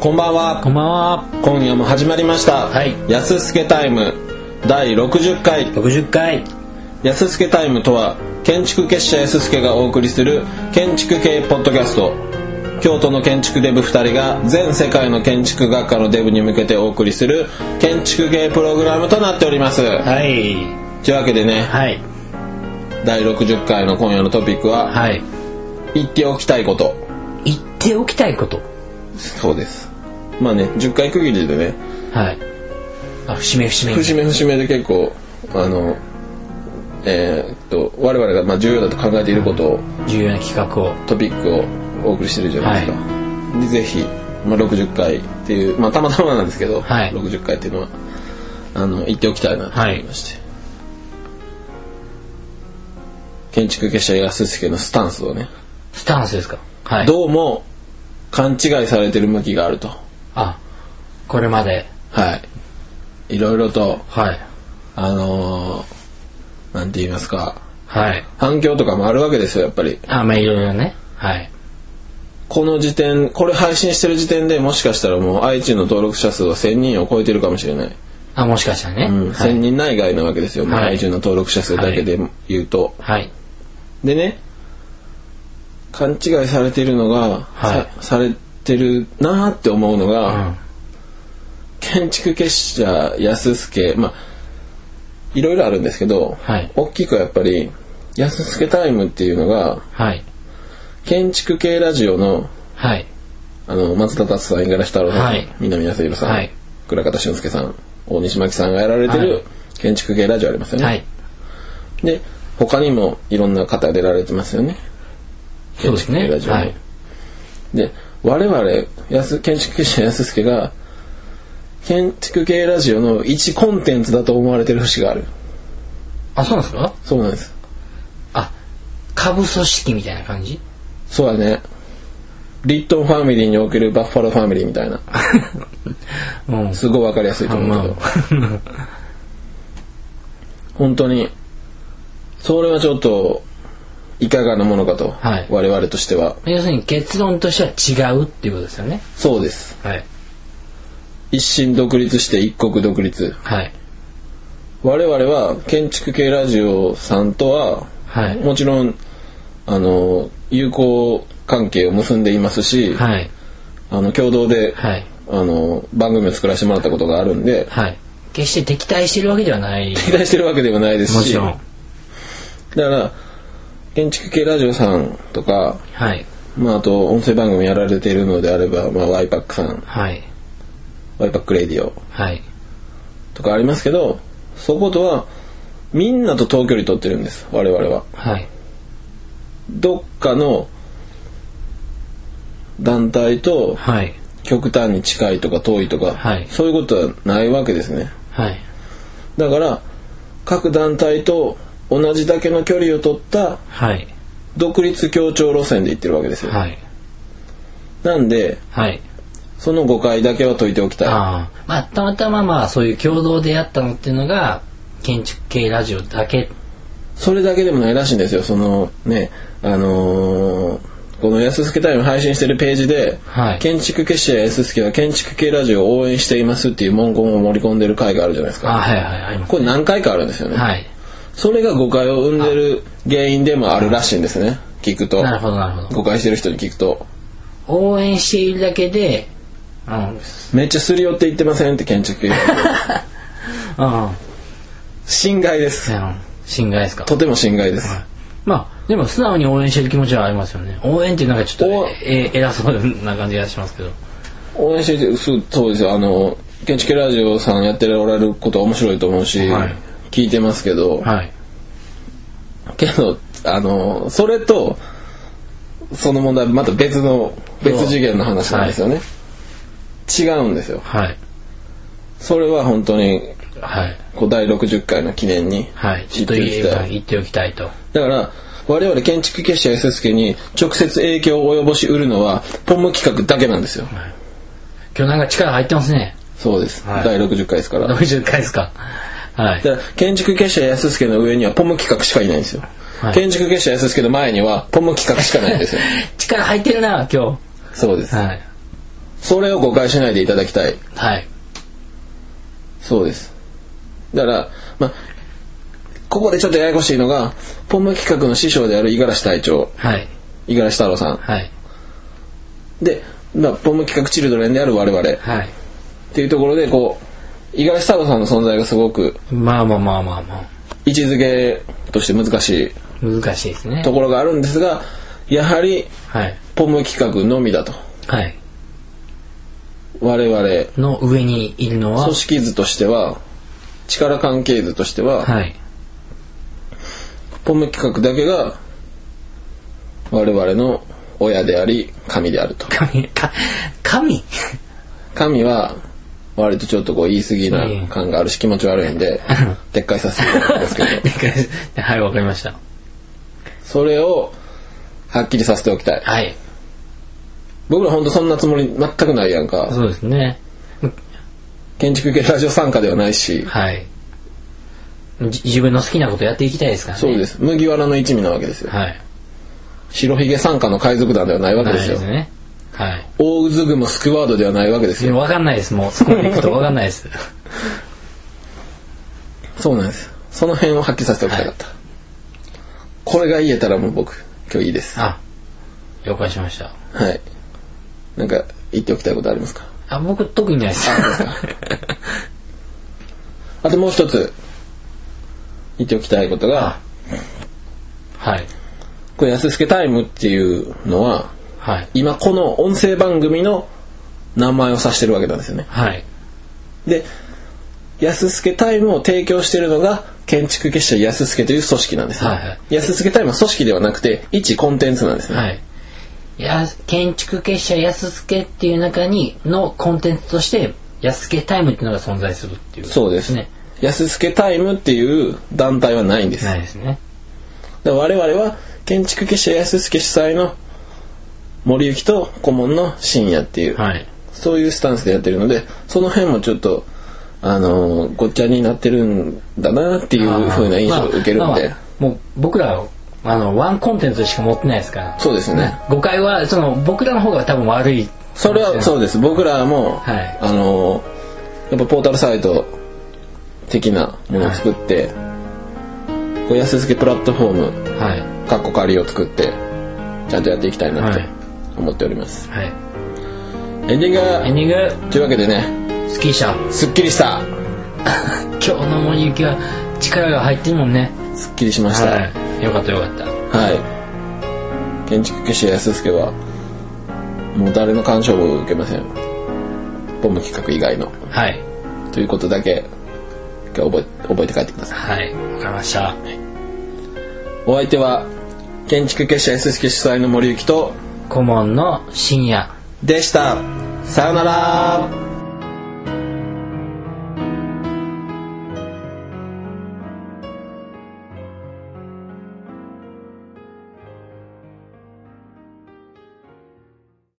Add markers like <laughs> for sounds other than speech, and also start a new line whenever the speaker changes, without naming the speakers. こんばんは
こんばんは。
今夜も始まりました、
はい
やすすけタイム第60回
60回。
やすすけタイムとは建築結社やすすけがお送りする建築系ポッドキャスト京都の建築デブ2人が全世界の建築学科のデブに向けてお送りする建築系プログラムとなっております、
はい。
というわけでね
はい。
第60回の今夜のトピックは
はい。
言っておきたいこと
言っておきたいこと。
そうですまあね10回区切りでね
はい。あ、節目節目。
節目節目で結構あのえーっと我々がまあ重要だと考えていることを
重要な企画を。
トピックをお送りしてるじゃないですか、でぜひ、まあ、60回っていう、まあ、たまたまなんですけど、
はい
60回っていうのはあの言っておきたいなと思いまして、建築結社安助のスタンスをね、
スタンスですか。はい。
どうも勘違いされてる向きがあると
あ、これまで。
はいいろいろと
はい。
あのーなんて言いますか
はい。
反響とかもあるわけですよやっぱり
あ、まあいろいろね。はい。
この時点これ配信してる時点でもしかしたらもう愛知の登録者数は1000人を超えてるかもしれない、
あ、もしかしたらね。
うん
は
1000
い。
人内外なわけですよ、まあ
はい
愛知の登録者数だけで言うと、
はい。
でね勘違いされてるのが、
はい
さされてるなーって思うの
う
が、
ん。
建築結社安助まあいろいろあるんですけど、
はい
大きくはやっぱり安助タイムっていうのが
はい。
建築系ラジオの
はい。
あの松田達さん、五十嵐太郎さん、
はい
南康弘さん、
はい
倉方俊介さん、大西巻さんがやられてる、
はい
建築系ラジオありますよね。
はい。
で、他にもいろんな方出られてますよね。
そうですね
建築系ラジオに
はい
で、我々、やす建築系者安助が、建築系ラジオの一コンテンツだと思われてる節がある。
あ、そうなんですか
そうなんです。
あ、下部組織みたいな感じ
そうだね。リットンファミリーにおけるバッファローファミリーみたいな。
うん。
すごいわかりやすいと思うけど。本当にそれはちょっといかがなものかと、
はい
我々としては
要するに結論としては違うっていうことですよね。
そうです
はい。
一心独立して一国独立
はい。
我々は建築系ラジオさんとは
はい。
もちろんあの友好関係を結んでいますし、
はい。
あの共同で、
はい。
あの番組を作らせてもらったことがあるんで
はい。決して敵対してるわけではない。
期待してるわけではないですし
もちろ <laughs> ん。
だから建築系ラジオさんとか
はい。
まあ、あと音声番組やられているのであれば、まあ、ワイパックさん
はい。
ワイパックレディオ
はい。
とかありますけどそことはみんなと遠距離取ってるんです我々は
はい。
どっかの団体と
はい。
極端に近いとか遠いとか、
はい
そういうことはないわけですね
はい。
だから各団体と同じだけの距離を取った
はい。
独立協調路線で行ってるわけですよ、
はい。
なんで
はい。
その誤解だけは解いておきたい
ああ。まあ、たまたままあ、そういう共同でやったのっていうのが、建築系ラジオだけ。
それだけでもないらしいんですよそのねあのーこの安助タイム配信してるページで、
はい
建築結社や安助は建築系ラジオを応援していますっていう文言を盛り込んでる回があるじゃないです
ああ、
か
はいはい、あります。
これ何回かあるんですよね、
はい。
それが誤解を生んでる原因でもあるらしいんですね聞くと
なるほど、なるほど。
誤解してる人に聞くと
応援しているだけで、うん。うん。
めっちゃすり寄って言ってませんって建築
<laughs>
系ラジオ侵害です
うん侵害ですか。
とても侵害です、
まあ、でも素直に応援してる気持ちはありますよね。応援ってなんかちょっ
お
と、え、偉そうな感じがしますけど。
応援しててそうそうですよあの建築系ラジオさんやっておられることは面白いと思うし、
はい
聞いてますけど、
はい。
けどあのそれとその問題はまた別の別次元の話なんですよね、違うんですよ
はい。
それは本当に
はい。
こう第60回の記念に
はい、ちょっと
言っておきたい
言っておきたいと。
だから我々建築結社 SSK に直接影響を及ぼしうるのはポム企画だけなんですよ
今日なんか力入ってますね。 <laughs>
そうです、
はい
第60回ですからだか
60回ですか。はい。
ら建築結社 SSK の上にはポム企画しかいないんですよ、
はい
建築結社 SSK
<laughs>
の前にはポム企画しかないんですよ
力入ってるな、今日。
そうです、
はい。
それを誤解しないでいただきたい
はい。
そうですだからまあここでちょっとややこしいのがポンム企画の師匠である五十嵐隊長
はい。
五十嵐太郎さん
はい。
で、まあ、ポンム企画チルドレンである我々っ
はい。
ていうところでこう五十嵐太郎さんの存在がすごく
まあまあまあまあまあ。
位置づけとして難し
難しいですね
い。ところがあるんですがやはり
はい。
ポム企画のみだと
はい。
我々
の上にいるのは
組、織図としては力関係図としては、
はい。
ポム企画だけが我々の親であり神であると
神、か、神 <laughs>
神は割とちょっとこう言い過ぎな感があるし気持ち悪いん <laughs> で撤回させてもらうんですけど
はい、わかりました。
それをはっきりさせておきたい
はい。
僕らほんとそんなつもり全くないやんか
そうですね。
建築系ラジオ参加ではないし
はい。じ自分の好きなことやっていきたいですからね。
そうです麦わらの一味なわけですよ
はい。
白ひげ参加の海賊団ではないわけ
ない
です
で
よ
すね。はい。
大渦雲スクワードではないわけです
で
よ
もわかんないです、もう。そこまで行くとわかんな
<laughs>
いです。
そうなんですその辺を発揮させておきたかった、これが言えたらもう僕今日いいです
あ、了解しました。
はいなんか言っておきたいことありますか
あ、僕、特にないです。
あともう一つ言っておきたいことが
あ <laughs> はい。
これ「安助タイム」っていうのは
はい。
今この音声番組の名前を指してるわけなんですよね
はい。
で安助タイムを提供してるのが建築結社安助という組織なんですね、
はいはい
安助タイムは組織ではなくて一コンテンツなんですね、
はい。や、建築結社安助っていう中に、のコンテンツとして、安助タイムっていうのが存在するっていう、
そうです
ね。
安助タイムっていう団体はないんです、
ないですね。
だから我々は建築結社安助主催の森行と顧問の深夜っていう、
はい。
そういうスタンスでやってるのでその辺もちょっとあのーごっちゃになってるんだなっていう風な印象を受けるんで、
まあまあまあもう僕らはあのワンコンテンツしか持ってないですから
そうですね
誤解はその僕らの方が多分悪い
それはそうです僕らも、
はい
あのやっぱポータルサイト的なものを作って、こう安付けプラットフォーム
はい
かっこ仮を作ってちゃんとやっていきたいなって
はい
思っております、
はい
エンディング
エンディン
というわけでね
グスキー車
すっきりした
今日の森行きは力が入ってるもんね
すっきりしましたはい、
はいよかったよかった
建築家社安助はもう誰の干渉も受けませんボム企画以外の
はい
ということだけ一回覚え覚えて帰ってください
はいわかりました
お相手は建築結社 S 式主催の森幸と
顧問の深夜
でしたさようなら